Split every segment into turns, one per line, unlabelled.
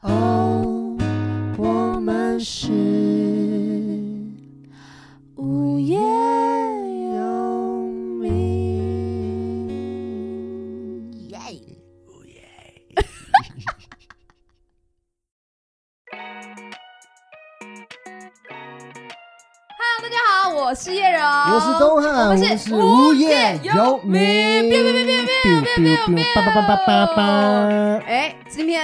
哦是无业游民。耶！
大家好，我是叶柔，
我是东汉，
我
我
们
们
是
是无业游民。
别别别别别别别别！
叭叭叭叭叭叭！
哎，今天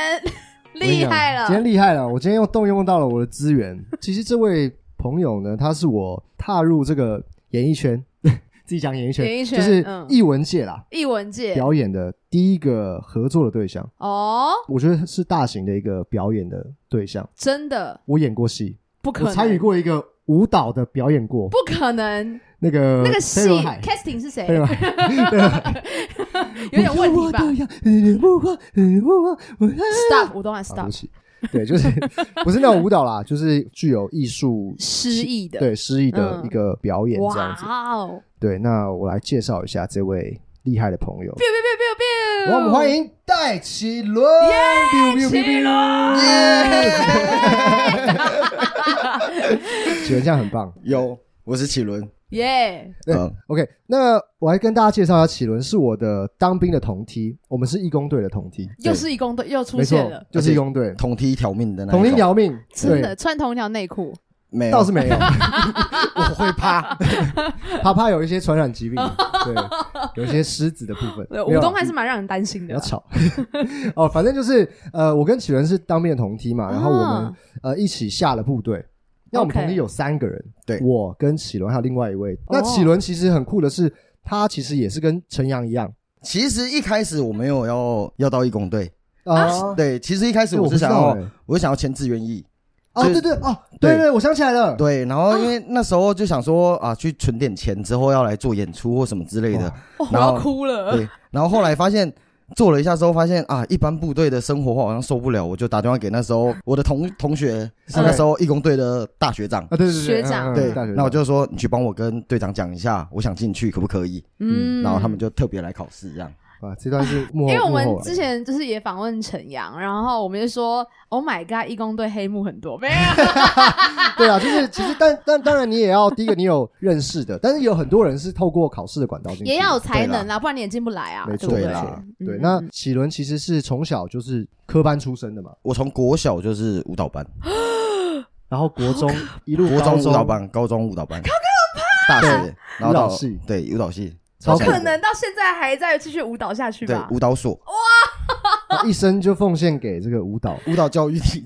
我跟你
厉
讲
害
今天
了，
厉害了！我今天又动用到了我的资源。 其实这位朋友呢，他是我踏入这个演艺圈， 自己讲演艺圈，
演艺圈
就是
嗯
艺文界啦，
艺文界
表演的第一个合作的对象，
哦，
我觉得是大型的一个表演的对象。
真的
我演过戏，
不可
我
能，
参与过一个舞蹈的表演过，
不可能，
那个
那个戏
飞轮海，
casting 是谁？
飞轮海。
有点问题 吧？Stop，我都喊
啊对
stop
不。起， 对，就是不是那种舞蹈啦，就是具有艺术
失
气
意的
对诗意的
嗯
一个表演这样子。
哇哦！
对，那我来介绍一下这位厉害的朋友，
biu biu biu biu biu，
让我们欢迎戴奇伦，耶
奇
伦， 耶，奇伦这样很棒。
有，我是启伦。
耶！
对
嗯，
OK，那我来跟大家介绍一下，启伦是我的当兵的同梯，我们是义工队的同梯，
又是义工队又出
没错
现了，，
就是义工队，
同梯条命的那一种
同一条命，
真的
对
穿同一条内裤，
没有
倒是没有，
我会怕。
他 怕有一些传染疾病，对，有一些狮子的部分。
对
没有
武东还是蛮让人担心
不
的啊
要
啦。
吵 哦，反正就是呃，我跟启伦是当面同梯嘛，然后我们、
啊
呃一起下了部队。那我们
OK
同梯有三个人，
对
我跟启伦还有另外一位。
哦
那启伦其实很酷的是，他其实也是跟陈阳一样
其实一开始我没有要要到义工队，
啊，
对，其实一开
这
始
我
我
不
是
知
想
道
要，
欸
我是想要签志愿役，
哦，
就是
对对哦，对对，我想起来了，
对，然后因
啊
为那时候就想说啊，去存点钱之后要来做演出或什么之类的，
哦我
然后
要哭了。
对，然后后来发现。做了一下之后，发现啊，一般部队的生活我好像受不了，我就打电话给那时候我的同同学，是那时候义工队的大学长，
啊，对对对，
学长
嗯嗯
对
大学，
那我就说你去帮我跟队长讲一下，我想进去可不可以？
嗯，
然后他们就特别来考试这样。
啊，这段是幕后，
因为我
幕
们
后啊
之前就是也访问陈阳，然后我们就说，Oh my god，义工队黑幕很多，没有
对啊，就是其实但但当然你也要第一个你有认识的，但是有很多人是透过考试的管道进去的，
也要有才能啦，不然你也进不来啊，
没错
对不对
对啦
嗯
对，那启伦其实是从小就是科班出身的嘛，
我从国小就是舞蹈班，
然后国中一路
国
高
中舞
中
蹈班，高中舞蹈班，大学，然后
舞蹈
到
系
对舞蹈系，
超
不
酷
可能到现在还在继续舞蹈下去
对
吧？
舞蹈所，
他一生就奉献给这个舞蹈。
舞蹈教育体，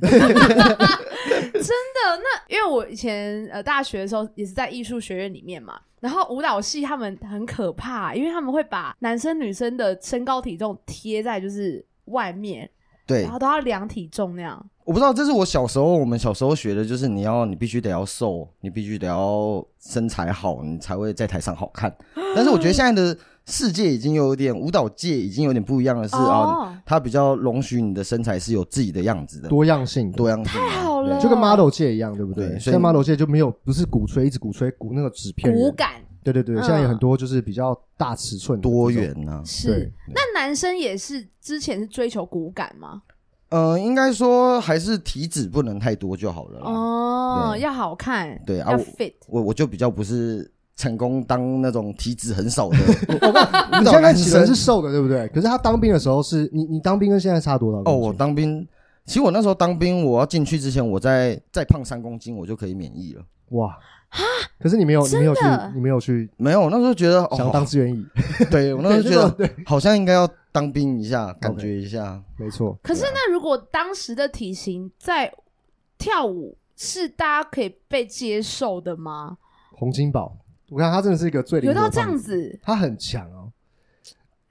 真的，那因为我以前呃大学的时候也是在艺术学院里面嘛，然后舞蹈系他们很可怕，因为他们会把男生女生的身高体重贴在就是外面，
对
然，后都要量体重那样，
我不知道，这是我小时候我们小时候学的，就是你要你必须得要瘦，你必须得要身材好，你才会在台上好 看。但是我觉得现在的世界已经有点舞蹈界已经有点不一样了，是啊，
哦，
它比较容许你的身材是有自己的样子的，
多样性
多样性的，啊
太哦好了，
就跟 model 界一样，对不对？
对
现
所以
在 model 界就没有不是鼓吹一直鼓吹鼓那个纸片人
骨感
对对对，
嗯
现在有很多就是比较大尺寸的
对多元啊。
是
对。
那男生也是之前是追求骨感吗？
呃，应该说还是体脂不能太多就好了啦。
哦，
对
要好看，
对啊
要
我
fit。
我我就比较不是成功当那种体脂很少的
这种。
舞
你
蹈
现在
男
启伦
生
是瘦的，对不对？可是他当兵的时候是你你当兵跟现在差多少公
哦，
斤？
我当兵，其实我那时候当兵，我要进去之前，我再再胖三公斤，我就可以免疫了。
哇！可是你没有你没有去
真的
你没有去
没有，我那时候觉得
想当
哦，
志愿役，
对我那时候
对
觉
那时候
得好像应该要当兵一下，感觉一下。
没错。
可是那如果当时的体型在跳舞是大家可以被接受的吗？
洪金宝，我看他真的是一个最灵
有
活的
到这样
胖子，
子，
他很强哦。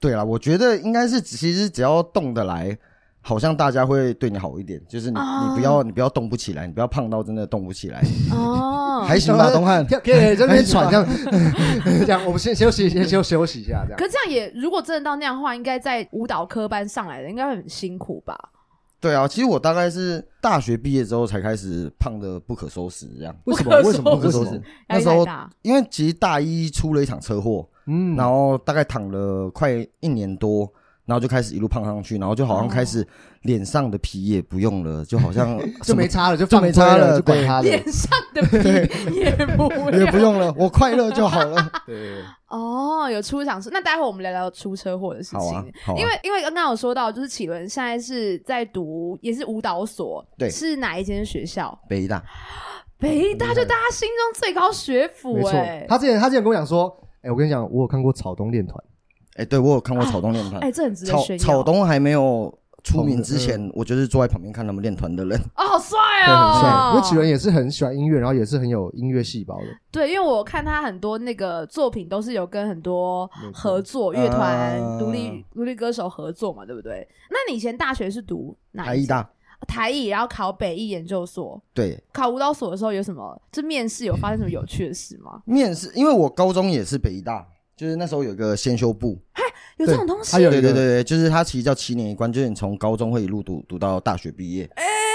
对啦，我觉得应该是其实只要动得来。好像大家会对你好一点，就是你、
啊
你不
哦
要你不要动不起来，你不要胖到真的动不起来，
哦，
还行吧，东汉。
可以可以在那边喘这样， 这样我们先休息，先休休息一下这样
可。这样也，如果真的到那样的话，应该在舞蹈科班上来的，应该会很辛苦吧？
对啊，其实我大概是大学毕业之后才开始胖的不可收拾，这样
为什
不
么？
可
为什么？为什
收
么
拾？。
压
那
力
时候
太大，
因为其实大一出了一场车祸，
嗯，
然后大概躺了快一年多，然后就开始一路胖上去，然后就好像开始脸上的皮也不用了，就好像
哦就没
什么
差了，就
就
放
没
差
差了
就管
对
他了。
脸上的皮也 不
也
了
不用了，我快乐就好了。
对，
哦，有出场是那待会我们聊聊出车祸的事
好啊
情。，
哦
好啊，
因为因为刚刚有说到，就是启伦现在是在读也是舞蹈所，
对
是哪一间学
哦
校？
北大
北大就大家心中最高学府
没错
哎、。
他之前他之前跟我讲说，哎，我跟你讲，我有看过草东练团，
哎，对我有看过草东练
哎、
团，
这很值得
草
炫耀。
草东还没有出
红
名
的
之前，我就是坐在旁边看他们练团 的人。
哦，好帅
对，
哦！
很帅。因为启伦也是很喜欢音乐，然后也是很有音乐细胞的。
对，因为我看他很多那个作品都是有跟很多
没错
合作乐团、
啊
独立独立歌手合作嘛，对不对？那你以前大学是读哪
台
一
艺
间
大，
台艺，然后考北艺研究所，
对，
考舞蹈所的时候有什么？就面试有发生什么有趣的事吗？
面试，因为我高中也是北医大，就是那时候有个先修部，
有这种东西
还？有
对
一
对对
个
对，就是它其实叫七年一关，就是你从高中会一路读读到大学毕业。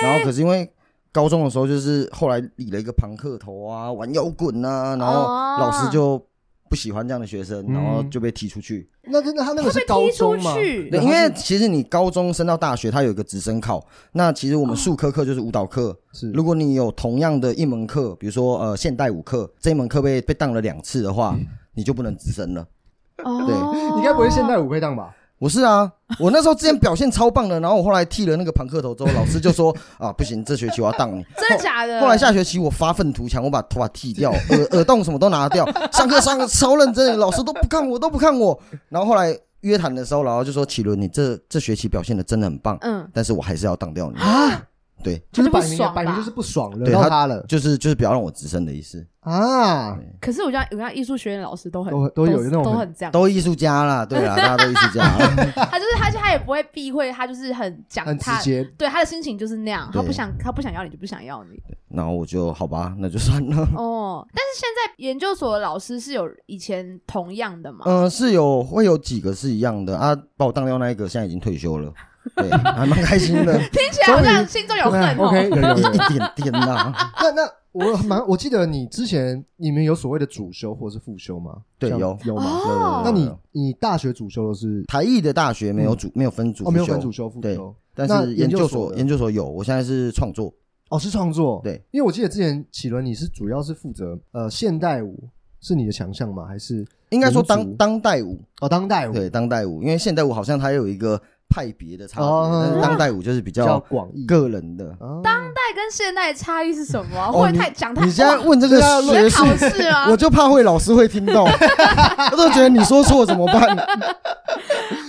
然后可是因为高中的时候，就是后来理了一个朋克头啊，玩摇滚啊，然后
哦
老师就不喜欢这样的学生，
嗯
然后就被踢出去。
那真的他那个
会
是
被
高
踢出
中吗？
去
对，
对
因
他
为
是
其实你高中升到大学，它有一个直升考，那其实我们数科课就是舞蹈课，
是
如果你有同样的一门课，比如说呃现代舞课，这一门课被被当了两次的话，你就不能直升了。
哦，
你该不会现代舞会当吧？
我是啊，我那时候之前表现超棒的，然后我后来剃了那个朋克头之后，老师就说 啊不行，这学期我要当你。
真的假的？
后来下学期我发愤图强，我把头发剃掉，耳 耳洞什么都拿掉，上课上的超认真的，老师都不看我，都不看我。然后后来约谈的时候，然后就说启伦，你这这学期表现的真的很棒，
嗯，
但是我还是要当掉你，
啊，
对，
他就
就是
不
摆明
爽吧
摆明就是不爽，惹
对
到
他
他了
就是就是不要让我直升的意思。
啊！
可是我觉得我觉得艺术学院老师都很
都都有那种
都
很
很这样，
都艺术家啦，对啦，大家都艺术家啦。
他就是他就他也不会避讳，他就是很讲
很直
他
接，
对他的心情就是那样，
对
他不想他不想要你就不想要你
然后我就好吧，那就算了。
哦。但是现在研究所的老师是有以前同样的嘛？
嗯、是有会有几个是一样的啊，把我当掉那一个现在已经退休了，对，还蛮开 心的，一
听起来好像心中有恨哦。
啊 OK，有 有有。
点点啊啦。
那那我蛮我记得你之前你们有所谓的主修或是副修吗？
对，
像
有有嘛？
哦
有有有有
那你你大学主修都是
台艺的大学没有主、没有分组
哦，没有
修
分主修副
对
修，
但
那
是研究所
研
研究所有，我现在是创作，
哦是创作
对，
因为我记得之前启伦你是主要是负责呃现代舞是你的强项吗？还是
应该说
民
当
族
当代舞，
哦当代舞
对当代舞，因为现代舞好像它有一个派别的差别，
哦
但是当代舞就是
比
比
较
较
广义
个人的。
当代
代跟现代的差异是什么？
哦
会
你
太讲太
你现在
哇
问这个
对啊
学
在
术
考试 吗？
我就怕会老师会听 到，我都觉得你说错怎么办？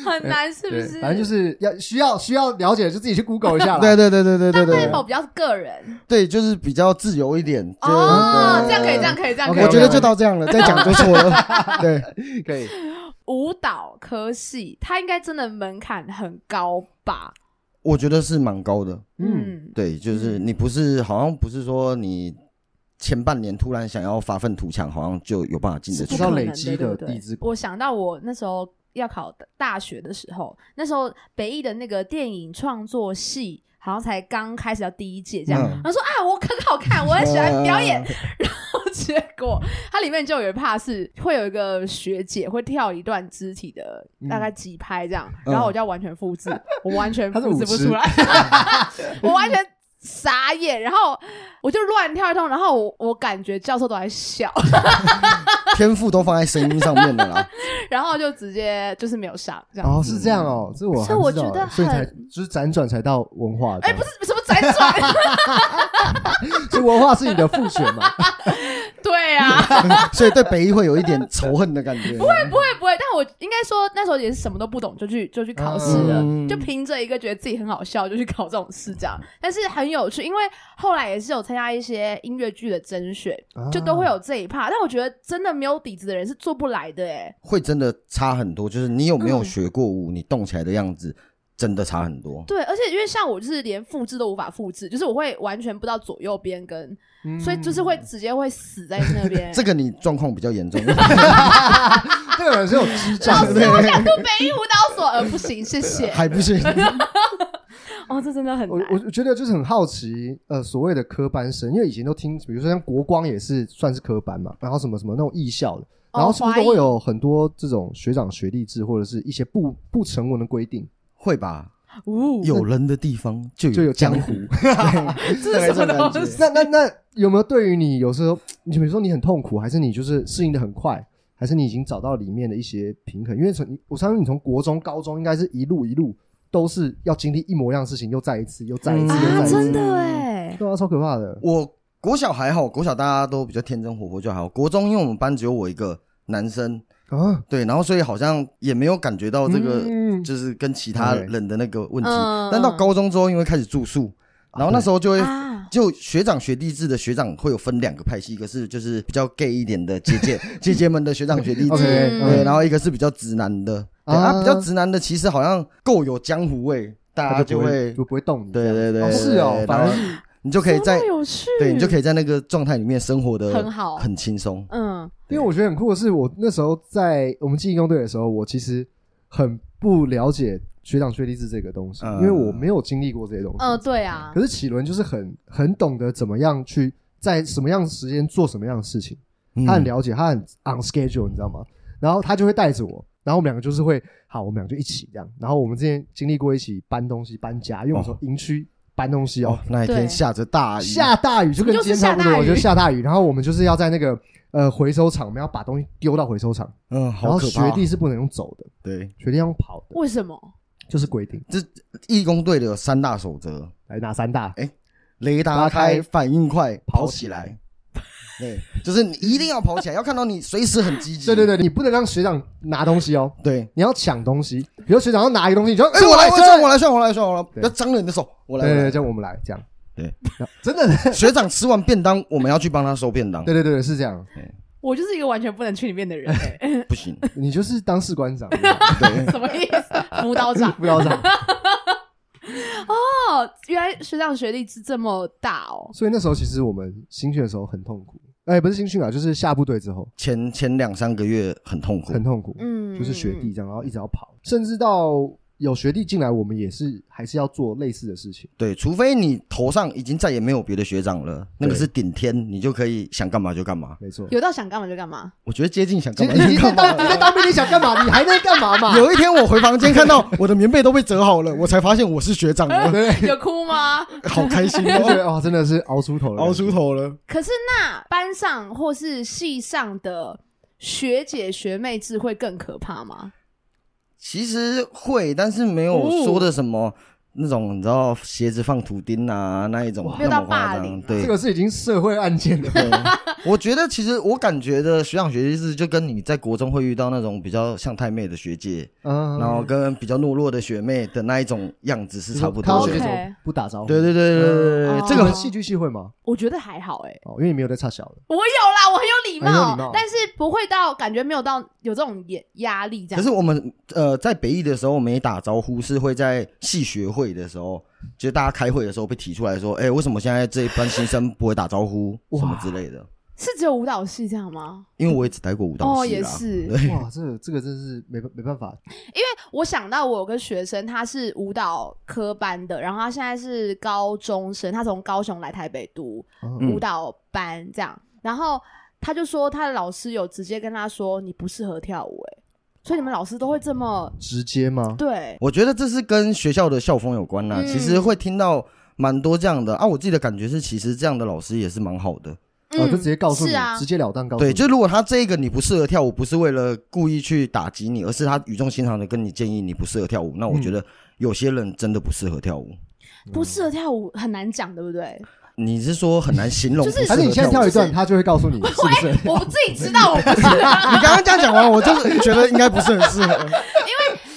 很难，是不
哦对
是？
反正就是要需要需要了解就自己去 Google 一 下啦。
对对对对对对
当代
对
否比较个人
对，就是比较自由一点。就
哦，
对
这样可以，这样可以，这样可
OK，
以。
我觉得就到这样了，再讲就错 了。对，
可以。
舞蹈科系它应该真的门槛很高吧？
我觉得是蛮高的。
嗯，
嗯，
对，就是你不是好像不是说你前半年突然想要发愤图强，好像就有办法进
是
得
不
去
知道
可。能
累积
的对不
的
对
地质
我想到我那时候要考大学的时候，那时候北艺的那个电影创作系好像才刚开始到第一届这样。
嗯
他说啊，我很好看，我很喜 欢表演。
呃
结果它里面就有一 part 是会有一个学姐会跳一段肢体的大概几拍这样，
嗯
然后我就要完全复制，我完 全
嗯她是
复制
舞
不
痴
出来， 我完全傻眼，然后我就乱跳一通，然后我我感觉教授都在笑，
天赋都放在声音上面的啦。
然后就直接就是没有上这样。
哦，是这样哦，这我还
所以我
不知道
觉得
欸所以才
很
就是辗转才到文化，
哎、不，是什么辗转，
所以文化是你的复选嘛？
对啊，
所以对北一会有一点仇恨的感觉。不会 不
不会不会，但我应该说那时候也是什么都不懂，就去就去考试了，
嗯
就凭着一个觉得自己很好笑就去考这种试，这样，但是很有趣，因为后来也是有参加一些音乐剧的甄选， 就都会
啊
有这一趴，但我觉得真的没有底子的人是做不来的、欸，
会真的差很多，就是你有没有
嗯
学过舞，你动起来的样子真的差很多。
对，而且因为像我就是连复制都无法复制，就是我会完全不知道左右边跟，
嗯
所以就是会直接会死在那边。
这个你状况比较严重，
这 个人 啊是有智
老
障
师，
的，
我想读北艺舞蹈所，呃，不行，谢谢。
还不是？
哦，这真的很
我
难。
我我觉得就是很好奇，呃，所谓的科班生，因为以前都听，比如说像国光也是算是科班嘛，然后什么什么那种艺校的，
哦
然后是不是都
华
会
裔
有很多这种学长学弟制，或者是一些不不成文的规定？
会吧？
呜
有人的地方就
就有江
湖，
这是什么东
这个
西？
那那那有没有对于你有时候，你比如说你很痛苦，还是你就是适应的很快，还是你已经找到里面的一些平衡？因为从我相信你从国中、高中应该是一路一路都是要经历一模一样的事情，又再一次，又再一次，
嗯
啊，
又再一次，
真的哎，
对啊，超可怕的。
我国小还好，国小大家都比较天真活泼就还好。国中因为我们班只有我一个男生，
啊，
对，然后所以好像也没有感觉到这个
嗯
就是跟其他人的那个问题
嗯。
但到高中之后，因为开始住宿，然后那时候就会
啊，
就学长学弟制的学长会有分两个派系，一个是就是比较 gay 一点的姐 姐姐姐们的学长学弟
OK，
制，
嗯
对，然后一个是比较直男的，对
啊
啊，比较直男的其实好像够有江湖味，大
他
家
就
啊就
不
会
就不会动你这
对
样。
对对
哦是哦
对，
反而
然后
是
你就可以在
这么有趣，
对你就可以在那个状态里面生活的
嗯很好
很轻松。
嗯，
因为我觉得很酷的是，我那时候在我们记忆工队的时候，我其实很不了解学长学弟制这个东西，因
嗯
为我没有经历过这些东西。
呃，对啊
可，是启伦就是很很懂得怎么样去在什么样的时间做什么样的事情，
嗯
他很了解，他很 on schedule，你知道吗？然后他就会带着我，然后我们两个就是会好，我们俩就一起这样。然后我们之前经历过一起搬东西、搬家，因为我们从
哦
营区搬东西
哦
哦，，
那一
对
天下着大雨，
下大雨就跟
就是
今天差不
下大
多，
雨
就下大雨。然后我们就是要在那个呃回收场，我们要把东西丢到回收场，
嗯，
然
好
后
可
学
怕。
弟是不能用走的，
对，
学弟要用跑的，
为什么？
就是规定。
义工队的有三大守则：
来哪三大？
雷
打
达
开
开、反应快、
跑
跑
起
起
来
来。 对，就是你一定要跑起来，要看到你随时很积 极。
对对对，你不能让学长拿东西哦，
对，
你要抢东西。比如学长要拿一个东西，你就哎、
哎，我来，
我
我
来
来，我来，算我来，算我来，
对
不要张了你的手，我来。
对对
我来
对，这样我们来这样。
对
然后，真的，
学长吃完便当，我们要去帮他收便当
对，对对对，是这样。
我就是一个完全不能去里面的 人欸，
不行。
你就是当士官 长，
对，
什么意思？辅导长
不要这样。
哦，原来学长学历是这么大哦，
所以那时候其实我们新训的时候很痛苦，哎，不是新训啊，就是下部队之后
前前两三个月很痛苦
很，痛苦，
嗯，
就是学弟这样，然后一直要跑，甚至到有学弟进来，我们也是还是要做类似的事情。
对，除非你头上已经再也没有别的学长了，那个
对
是顶天，你就可以想干嘛就干嘛。
没错，
有到想干嘛就干嘛，
我觉得接近想
其
干
实
嘛
你你
就
在
干
当
嘛。
你在当兵，你想干嘛？你还在干嘛嘛？
有一天我回房间看到我的棉被都被折好了，我才发现我是学长 了，
对
有哭吗？
好开心
就觉
哦，
得哇，真的是熬出头了，
熬出。头了。
可是那班上或是系上的学姐学妹制会更可怕吗？
其实会，但是没有说的什么。那种你知道鞋子放图钉啊那一种
哇，
那么
没有到霸
夸
凌
张
啊
对
这，个是已经社会案件了，
我觉得其实我感觉的学长学弟是就跟你在国中会遇到那种比较像太妹的学姐，
嗯，
然后跟比较懦弱的学妹的那一种样子是差不
他要
多的
学。
OK
走不打招呼。
对对对对对对
哦
对，这
你们
个
戏剧系会吗？
我觉得还好哎、
哦，因为你没有在差小的，
我有啦，我很有礼
很有
貌，
礼貌
但是不会到感觉没有到有这种压压力这样。
可是我们呃在北艺的时候我们也打招呼，是会在系学会的时候，就是大家开会的时候被提出来说，哎，为什么现在这一班新生不会打招呼
哇
什么之类的？
是只有舞蹈系这样吗？
因为我也只待过舞蹈系
哦，
啦
也是，
哇，这个这个真是没办没办法，
我想到我有个学生，他是舞蹈科班的，然后他现在是高中生，他从高雄来台北读
嗯
嗯
舞蹈班这样，然后他就说他的老师有直接跟他说你不适合跳舞、欸，所以你们老师都会这么
直接吗？
对，
我觉得这是跟学校的校风有关啦、
嗯
其实会听到蛮多这样的啊，我自己的感觉是，其实这样的老师也是蛮好的。
啊，就直接告诉你
是，啊
直，截了当告诉你。
对，就如果他这个你不适合跳舞，不是为了故意去打击你，而是他语重心长的跟你建议你不适合跳舞，那
嗯
我觉得有些人真的不适合跳舞。
不适合跳舞很难讲，对不对？
你是说很难形容？
就是
不
还
适
是你
合
现在跳一
舞
段，他就会告诉你 是 不是？
我自己知道我不适合，
你刚刚这样讲完，我就是觉得应该不是很适 合。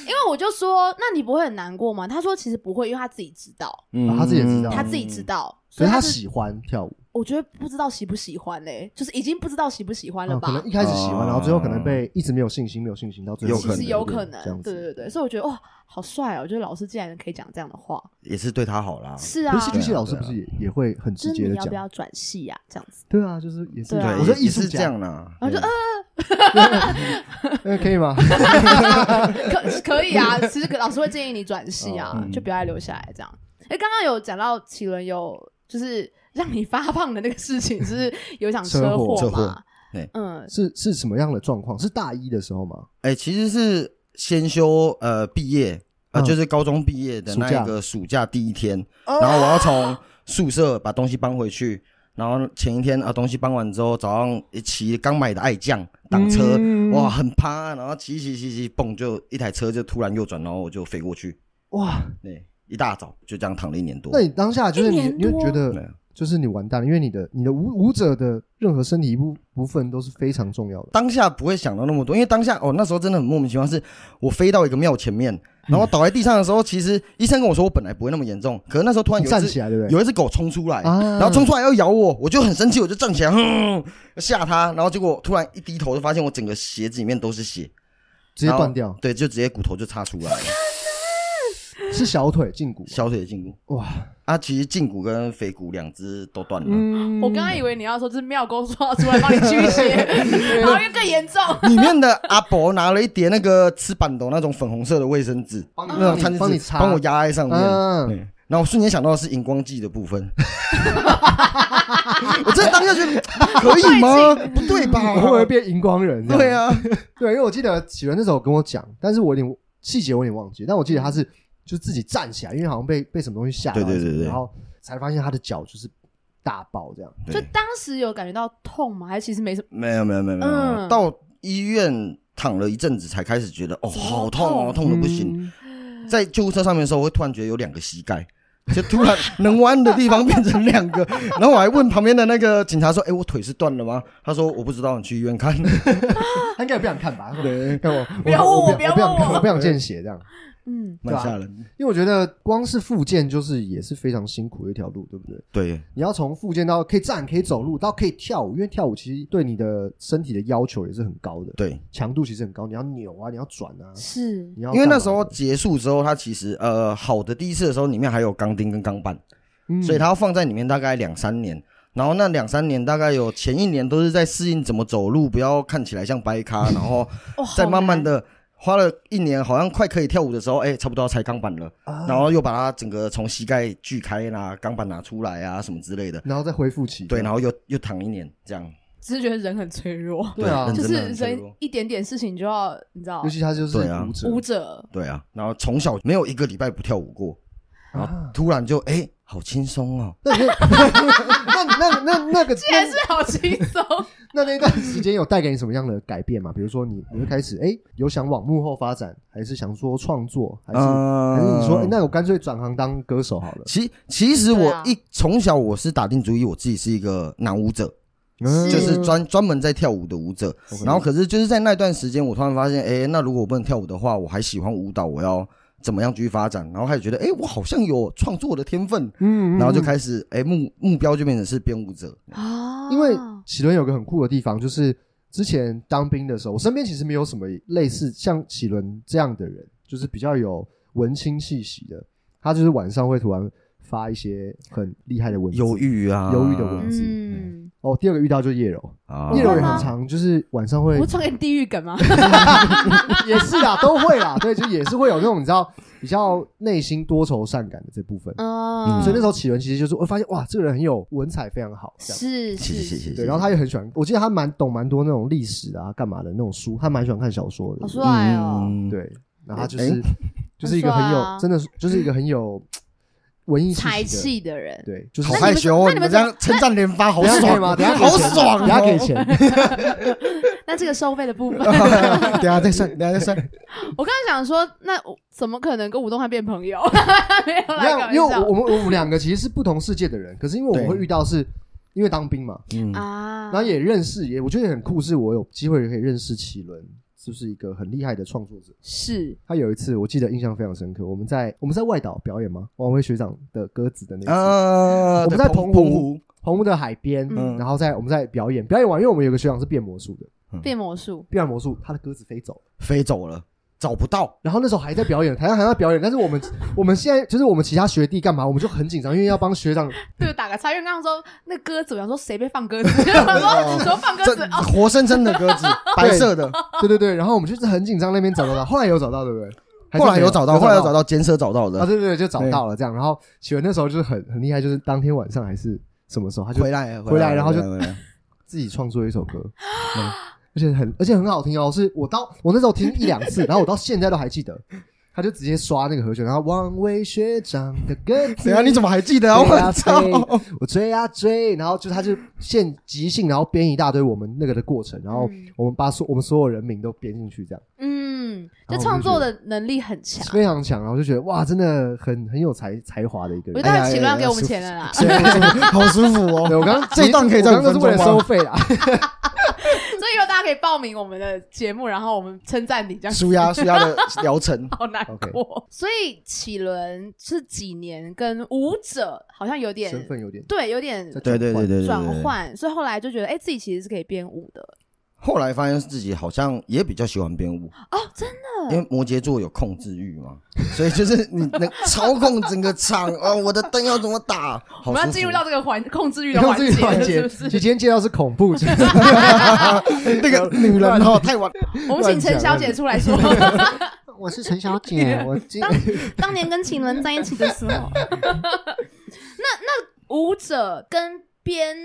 因为我就说那你不会很难过吗？他说其实不会，因为他自己知道，
嗯
啊他自己也知道
他自己知。道，
嗯
所
所以
以
他
是
喜欢跳舞，
我觉得不知道喜不喜欢嘞、就是已经不知道喜不喜欢了
啊
吧？
可能一开始喜欢，
哦
然后最后可能被一直没有信心，没有信心到最后，
有可
其
能
实有可
这样
能，对
子。
对对，所以我觉得哇，好帅哦！就是老师竟然可以讲这样的话，
也是对他好啦。
是
可
啊
是，戏剧系老师不是也也会很
就
直
是
接
你
的
要不要
讲？
转系啊？这样子，
对啊，就是也是
对啊
对，
我说
也
艺
是
术
这
家
样，啦。
然后就
嗯，可以吗？
可可以啊，其实老师会建议你转系啊
哦，
就不要再留下来这样。哎，哎，刚刚有讲到奇伦有就是让你发胖的那个事情，就是有一场车祸
车祸车
嘛
祸？对
嗯，
是是什么样的状况？是大一的时候吗？
哎、其实是先修呃毕业啊、呃
嗯
就是高中毕业的那
暑假
一个暑假第一天，然后我要从宿舍把东西搬回去，然后前一天啊东西搬完之后，早上一骑刚买的爱酱挡车，
嗯
哇很趴，然后骑骑骑骑，蹦就一台车就突然右转，然后我就飞过去，
哇！
对，一大早就这样躺了一年多
那。你当下就是
一
你，
年
你
多
会觉
对
得
啊
就是你完蛋了，因为你的你的舞舞者的任何身体一部部分都是非常重要的。
当下不会想到那么多，因为当下哦，那时候真的很莫名其妙，是我飞到一个庙前面，然后倒在地上的时候，其实医生跟我说我本来不会那么严重，可是那时候突然
你
有一
站
只
起来，对不对？
有一只狗冲出来，
啊
然后冲出来要咬我，我就很生气，我就站起来，哼，吓它，然后结果突然一低头就发现我整个鞋子里面都是血，
直接断掉，
对，就直接骨头就插出来了，
是小腿胫骨。
小腿的胫骨
哇！
啊，其实胫骨跟腓骨两只都断了，
嗯
我刚刚以为你要说就是妙公说要出来帮你驱邪，然后又更严重。
里面的阿伯拿了一叠那个吃板豆那种粉红色的卫生纸，
帮你
那种餐
啊帮
巾
你
纸，
擦
帮我压在上面。
嗯
对，然后我瞬间想到的是荧光剂的部分。 我真的当下觉得可以吗？不对吧？
我会不会变荧光人？
对，啊，
对，因为我记得启源那时候跟我讲，但是我有点细节我有点忘记，但我记得他是就是自己站起来，因为好像被被什么东西吓到，
嗯对对对对
然后才发现他的脚就是大爆这样。
就
对
当时有感觉到痛吗？还是其实没什么？
没有没有没有没有没有，
嗯
到医院躺了一阵子才开始觉得哦，好痛哦，痛的不行。
嗯，
在救护车上面的时候，我会突然觉得有两个膝盖。就突然能弯的地方变成两个，然后我还问旁边的那个警察说：“哎、我腿是断了吗？”他说：“我不知道，你去医院看。”
他应该也不想看吧？ 对，看我，
不要问我
我
不要
不想
问我
看我不想见血这样。
嗯，
蛮吓人的。
因为我觉得光是复健就是也是非常辛苦的一条路，对不对？
对，
你要从复健到可以站、可以走路，到可以跳舞，因为跳舞其实对你的身体的要求也是很高的，
对，
强度其实很高，你要扭啊，你要转
嗯
啊，
是
你要
因为
干嘛
那时候结束之后，它其实呃好的第一次的时候，里面还有钢钉跟钢板，
嗯
所以它要放在里面大概两三年。然后那两三年大概有前一年都是在适应怎么走路，不要看起来像掰 咖，然后
哦，
再
好
慢慢
难
的花了一年，好像快可以跳舞的时候，哎，差不多要拆钢板了，
哦
然后又把它整个从膝盖锯开啦，钢板拿出来啊什么之类的。
然后再恢复起，
对，然后又又躺一年这样，
只是觉得人很脆弱，
对啊
认
就
嗯真的
是
很脆弱
人一点点事情就要你知道
尤其他就是
对啊
舞者，
舞者
对啊，然后从小没有一个礼拜不跳舞过，然后
啊
突然就哎、好轻松哦。
那你就那那那那个
竟然是好轻 松，
那那一段时间有带给你什么样的改变吗？比如说你你会开始哎、诶有想往幕后发展，还是想说创作，还是、
嗯
还是你说、哎诶那我干脆转行当歌手好了？
其其实
对
我
啊
一从小我是打定主意，我自己是一个男舞者，
嗯
就是专专门在跳舞的舞者。然后可是就是在那段时间，我突然发现，哎，那如果我不能跳舞的话，我还喜欢舞蹈，我要怎么样继续发展？然后开始觉得，哎，我好像有创作的天分，
嗯
然后就
嗯
开始，哎，目目标就变成是编舞者。
啊
因为启伦有个很酷的地方，就是之前当兵的时候，我身边其实没有什么类似像启伦这样的人，就是比较有文青气息的。他就是晚上会突然发一些很厉害的文字。
忧郁啊，
忧郁的文字
嗯，
哦，第二个遇到就是叶柔，
啊
叶柔也很
长
常就是晚上会
我传给你地狱梗吗？
也是啦，都会啦， 对，就也是会有那种你知道比较内心多愁善感的这部分。
嗯，
所以那时候启伦其实就是会发现哇，这个人很有文采，非常好，这样。
是
谢谢
是
谢
是，
谢谢谢。
对，然后他也很喜欢，我记得他蛮懂蛮多那种历史啊、干嘛的那种书，他蛮喜欢看小说的
好。帅哦，
嗯，
对，然后他就
哎
是就是一个很
很帅啊
有，真的是就是一个很有文艺
才
气息
气的人
的，，对，就是
好
那
害
你们
羞哦，
那你们
这
怎么
样称赞连发，好
等一下可以
爽
吗？等一下给
好
钱
爽哦，
等一下给 钱，
那这个收费的部分，
等一下再算，等一下再算。
我刚才想说，那我怎么可能跟吴东汉变朋友？ 没有
没
啦，
有，
开
因为
玩笑
我我们我们两个其实是不同世界的人，可是因为我们
对
会遇到是因为当兵嘛，
嗯
啊，
然后也认识，也我觉得很酷，是我有机会可以认识奇伦，就是一个很厉害的创作者。
是
他有一次我记得印象非常深刻，我们在我们在外岛表演吗？王威学长的鸽子的那个。
啊，
我们
对
在澎
澎澎
湖
湖，
澎湖的海边，
嗯
然后在我们在表演，表演完，因为我们有个学长是变魔术的，
变魔术，
变完魔术，他的鸽子飞走了，
飞走了，找不到。
然后那时候还在表演，台上还在表演，但是我们 我们现在就是我们其他学弟干嘛，我们就很紧张，因为要帮学长，
对，打个岔，因为刚刚说那鸽子，我想说谁被放鸽子，我说说放鸽
这
子哦，
活生生的鸽子，白色的，
对对对，然后我们就是很紧张那边找到他，后来有找到，对不对？还是
后来
没
有找到，后来有找到，监车找到
啊，
的，
对对对，就找到了这样。然后喜文那时候就是很很厉害，就是当天晚上还是什么时候，他就
回来
回来然后就
回 来
自己创作一首歌， 嗯而且很而且很好听哦，是我到我那时候听一两 次，然后我到现在都还记得。他就直接刷那个和弦，然后王威学长的歌词
怎，样？你怎么还哦记得啊？
对啊
我操！
对我追啊追，然后就他就现即兴，然后编一大堆我们那个的过程，然后
嗯
我们把所我们所有人名都编进去，这样
嗯，就
然后我就
创
觉
作
得
的能力很强。
哦
非常强，然后就觉得哇，真的很很有才才华的一个
我觉
人。
得
哎呀
他请不
哎呀
要给我们
舒服
钱了啦，
对 好舒服哦！
对我刚刚
这一段可以
我
在
刚
五
刚
分
是为了
钟
收
吗？
费啦，
所以以后大家可以报名我们的节目，然后我们称赞你这样。，
舒压舒压的疗程
好难过，所以启伦是几年跟舞者好像有点
身份有点
对，有点
在
对对对对对
转。换，所以后来就觉得，哎、自己其实是可以编舞的
后来发现自己好像也比较喜欢编舞，
哦，真的
因为摩羯座有控制欲嘛，所以就是你能 操控整个场哦，我的灯要怎么打？好
我们要
舒服
进入到这个环控制 欲的
然后
环
这个环
节
节，
了，是 不
其实
是？
今天介绍是恐怖，其实
那个 女人哦，太晚。
我们请陈小姐出来 说，
我是陈小 姐，我今
当年跟秦伦在一起的时候， 那那舞者跟编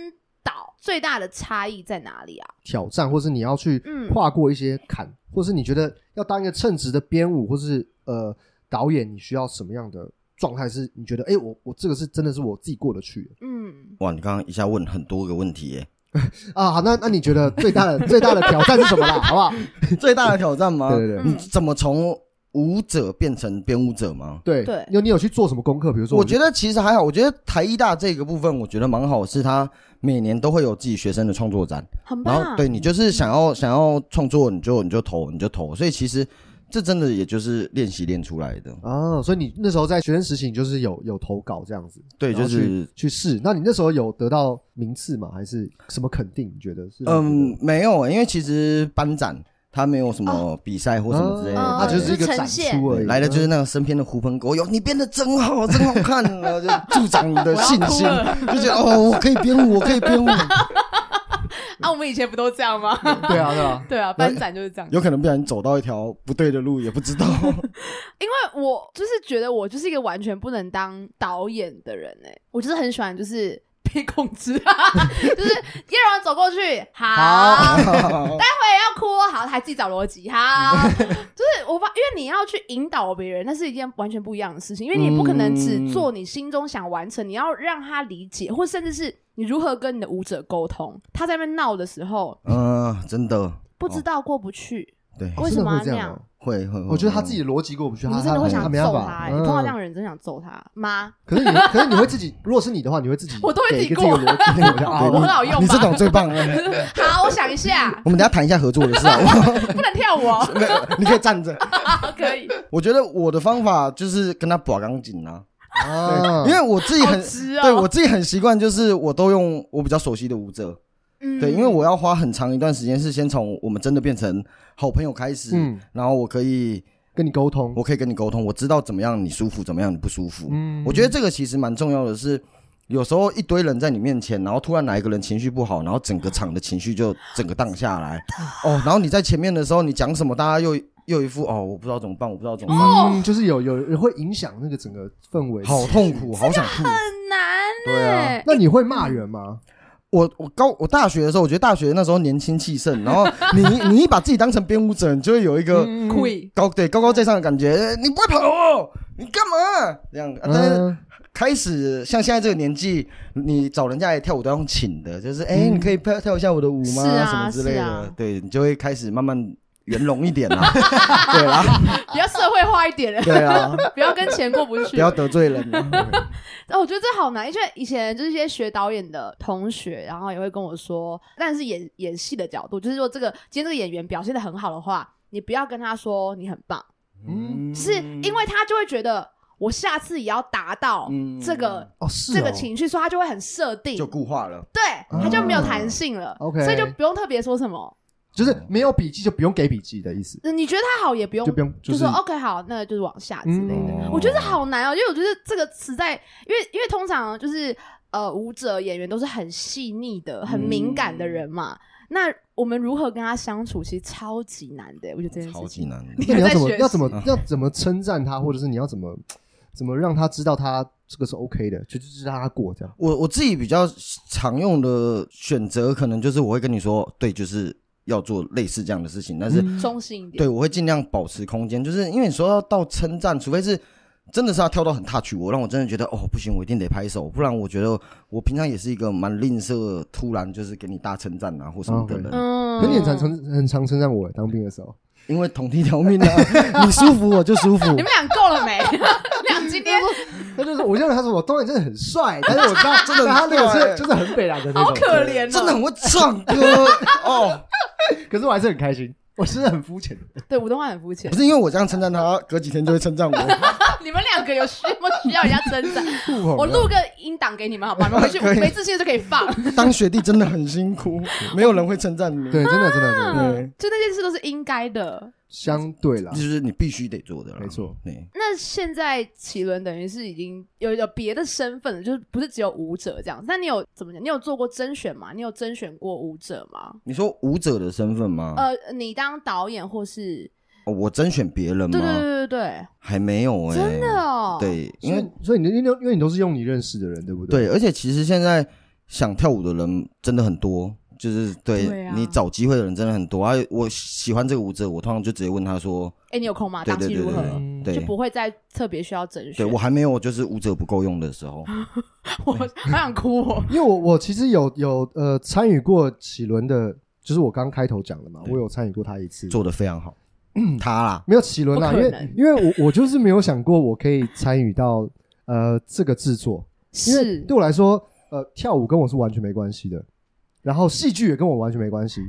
导最大的差异在哪里啊？
挑战，或是你要去
嗯
跨过一些坎，或是你觉得要当一个称职的编舞，或是呃导演，你需要什么样的状态？是你觉得，哎、我我这个是真的是我自己过得去的
嗯，
哇，你刚刚一下问很多个问题耶，
啊？好，那那你觉得最大的最大的挑战是什么 啦？好不好？
最大的挑战 吗？
对嗯对对
嗯
你怎么从舞者变成编舞者吗？
对
对
你有你有去做什么功课？比如说，
我觉得其实还好，我觉得台医大这个部分我觉得蛮好，是他每年都会有自己学生的创作展，
很
然
棒。
后对你就是想要想要创作，你就你就投你就投，所以其实这真的也就是练习练出来的，
哦，所以你那时候在学生实习，你就是有有投稿这样子，
对，
然
就
后
是
去去试。那你那时候有得到名次吗？还是什么肯定？你觉得是？
嗯，没有，因为其实班展它没有什么比赛或什么之类的，
哦
它
对
就是一个
呈
展
现
出而
啊对嗯
已，
来的就是那个身边的狐朋狗友，你编的真好，真好 看，然后就助长你的
我要
信
哭
心，
了
就觉得哦，我可以编舞，我可以编舞，
啊，我们以前不都这样吗？
对啊，对 啊。
对啊，班长就是这样。
有可能不小心走到一条不对的路，也不知 道。
因为我就是觉得我就是一个完全不能当导演的人哎、我就是很喜欢就是 被控制， 就是叶软走过去，好，待会要哭哦，好，还自己找逻辑， 好，就是我发，因为你要去引导别人，那是一件完全不一样的事情，因为你不可能只做你心中想完成，你要让他理解，或甚至是你如何跟你的舞者沟通，他在那边闹的时候，
嗯、真的
不知道过不去，
对，
为什么
真
要
的会这
那
样
样
哦？
会会，会
我觉得他自己的逻辑过不去，
你
他
啊
们真的会想
他
揍
没办
他、
法。
欸，
嗯
碰到这样的人真想揍他妈。，
可是你，可是你会自己，如果是你的话，你会自己
我都会自己
给一个
过
这个逻辑 对不对啊
对
哦我很
你
好 用吧
你这 种最棒了。啊
好，我想一下，
我们等一下谈一下合作的事啊，
不能跳舞哦，
你可以站 着。
好可以，
我觉得我的方法就是跟他把钢筋啊，
啊
因为我自己
好
很
直哦。
对我自己很习惯，就是我都用我比较熟悉的舞者，
嗯
对，因为我要花很长一段时间是先从我们真的变成好朋友开始，
嗯
然后我可以
跟你沟通
我，可以跟你沟通，我知道怎么样你舒服，怎么样你不舒服。
嗯
我觉得这个其实蛮重要的是。有时候一堆人在你面前，然后突然哪一个人情绪不好，然后整个场的情绪就整个荡下来。哦，然后你在前面的时候，你讲什么，大家又又一副哦，我不知道怎么办，我不知 道怎么办，
哦
嗯，就是有有有会影响那个整个氛围。
好痛苦，好想
很
吐。
难
对啊，
哎，
那你会骂人吗？
我我高我大学的时候，我觉得大学那时候年轻气盛，然后你你一把自己当成编舞者，你就会有一个
会
高对高高在上的感觉，呃你不会跑哦，你干嘛这样？啊但是
嗯，
开始像现在这个年纪，你找人家来跳舞都要用请的，就是哎、你可以跳跳一下我的舞
嗯
吗？
是啊
什么之类
是
的，
啊
对你就会开始慢慢圆融一 点啦，对啦，
比较社会化一点 的，
对啊，
不要跟钱过不
不
去。
要得罪人啊。
哦，我觉得这好难，因为以前就是一些学导演的同学，然后也会跟我说，但是演演戏的角度，就是说这个今天这个演员表现的很好的话，你不要跟他说你很棒，
嗯
是因为他就会觉得我下次也要达到
嗯
这个。
哦，是哦
这个情绪，所以他就会很设定，
就固化了，
对，他就没有弹性了、
嗯 OK
所以就不用特别说什么。
就是
嗯
没有笔记就不用给笔记的意思，
嗯你觉得他好也不用，
就不用
就是说哦 OK 好，那就是往下之类的。
嗯
我觉得这好难哦，因为我觉得这个词在，因为因为通常就是呃舞者演员都是很细腻的、很敏感的人嘛。那我们如何跟他相处，其实超级难的。我觉得这件
超
事
级
情，
难的。
那你要怎么
在学习
要怎么要怎么称赞他，或者是你要怎么怎么让他知道他这个是 OK 的，就就是让他过这样。
我我自己比较常用的选择，可能就是我会跟你说，对，就是要做类似这样的事情，但是、
中性一点。
对我会尽量保持空间，就是因为你说要到称赞，除非是真的是要跳到很 touch 我，让我真的觉得哦不行，我一定得拍手，不然我觉得我平常也是一个蛮吝啬，突然就是给你大称赞啊或什么的人，
嗯
可是你很常称很常称赞我当兵的时候，
因为同体条 命
哦
啊， 你舒服我就舒服。
你们俩够了没？你俩今天
他就说我现在他说我当然真的很帅，但 是我知道真的他那
帅
个是就是很北蓝的那
好
种，
可怜哦，
真的很会唱歌 哦，
对。 可是我还是很开心，我是很肤浅的。
对吴东汉很肤浅
不。是因为我这样称赞他，隔几天就会称赞我。
你们两个有需不需要人家称赞？
我
我录个音档给你们，好吧？你们回去
可以
没自信就可以放。
当学弟真的很辛苦，没有人会称赞你。
对，真的真的真的，
对，
就那件事都是应该的。
相对啦
这，就是你必须得做的啦。
没错，
对，
那现在奇伦等于是已经有有别的身份了，就是不是只有舞者这样。那你有怎么讲？你有做过甄选吗？你有甄选过舞者吗？
你说舞者的身份吗？
呃，你当导演或是
哦我甄选别人
对对
吗？
对对对
还没有哎，
对，真的哦，，
对，因
因
为
为所以你因为因为你都是用你认识的人，对不对？
对，而且其实现在想跳舞的人真的很多，就是
对
对
啊
你找机会的人真的很多。啊，我喜欢这个舞者，我通常就直接问他说，
哎，你有空吗？
对
档
对
期
对
如
对
何？
嗯
对
就
对。
不会再特别需要甄
对
选。
我还没有，就是舞者不够用的时候，
啊我好想哭哦。
因为我我其实有有呃参与过启伦的，就是我刚开头讲的嘛，
对
我有参与过他一次，
做的非常 好。他啦，
没有启伦啦，
不
因
可
为
能
因为我我就是没有想过我可以参与到呃这个制作，因为
是，
对我来说，呃，跳舞跟我是完全没关系的，然后戏剧也跟我完全没关系，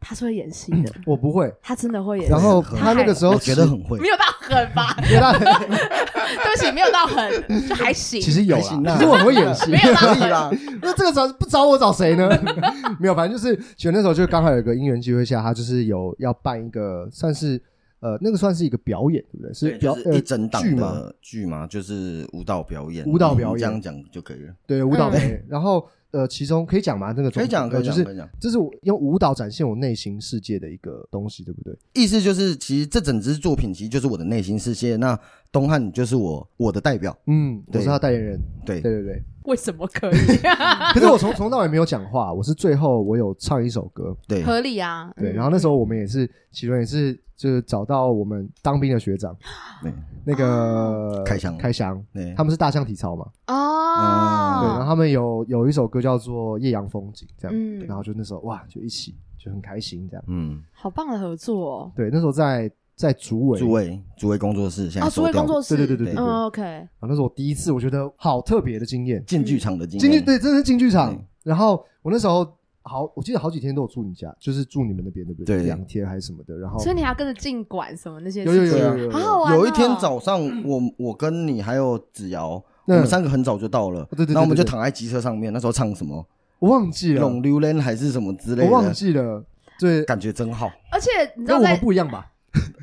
他是会演戏的，
我不会。
他真的会演戏。
然后
很
他那个时候
我觉得很会
没，有到很吧？
其实他
对不起，没有到 很，就还行。
其实有啦，
还行啊
其实我很会演戏啊
没。有到
可以
很
啦，
那这个找不找我找谁呢？ 没有，反正就是选那时候就刚好有一个因缘机会下，他就是有要办一个算是呃那个算是一个表演，对不对？是
对，
表
就是
呃
一整档
剧嘛，
的剧嘛，就是舞蹈表演，嗯
舞蹈表演
这样讲就可以了。
呃对舞蹈
嗯
类。然后呃，其中可以讲吗？那个
可以讲，可以
呃就
讲，
是
可以讲。
这是我用舞蹈展现我内心世界的一个东西，对不对？
意思就是，其实这整支作品其实就是我的内心世界。那东汉就是我我的代表，
嗯，我
对
是他代言人，
对
对对对。
为什么可以？
可是我从从头到尾没有讲话，我是最后我有唱一首歌，
对，
合理啊。
对，
嗯
然后那时候我们也是，其中也是就是找到我们当兵的学长，
对
那个
开箱
开翔，
对
他们是大象体操嘛，对，然后
哦，
他们有有一首歌叫做《艳阳风景》这样，
嗯
对然后就那时候哇，就一起就很开心这样，
嗯，
好棒的合作哦。
对，那时候在在竹围，
诸位诸位工作室现在
哦，
收
主位
掉
工作室，
对对对对对
嗯
对，然后
，OK，
那是我第一次，我觉得好特别的经验，
进剧场的经
进剧
验，
对，真的是进剧场
嗯，
然后我那时候。好，我记得好几天都有住你家，就是住你们那边，对不
对
两天还是什么的，然后
所以你还要跟着进馆什么那些
哦有有
事
有
情
有有
好好玩哦。
有一天早上，我我跟你还有子瑶，我
嗯哦
们三个很早就到了，
对对对
然后我们就
对对
躺在机车上面，那时候唱什么
我忘记
《
了，
龙溜人》还是什么之类
我忘
的，
记了，对，
感觉真好。
而且你知
跟
道
我们
在
不一样吧？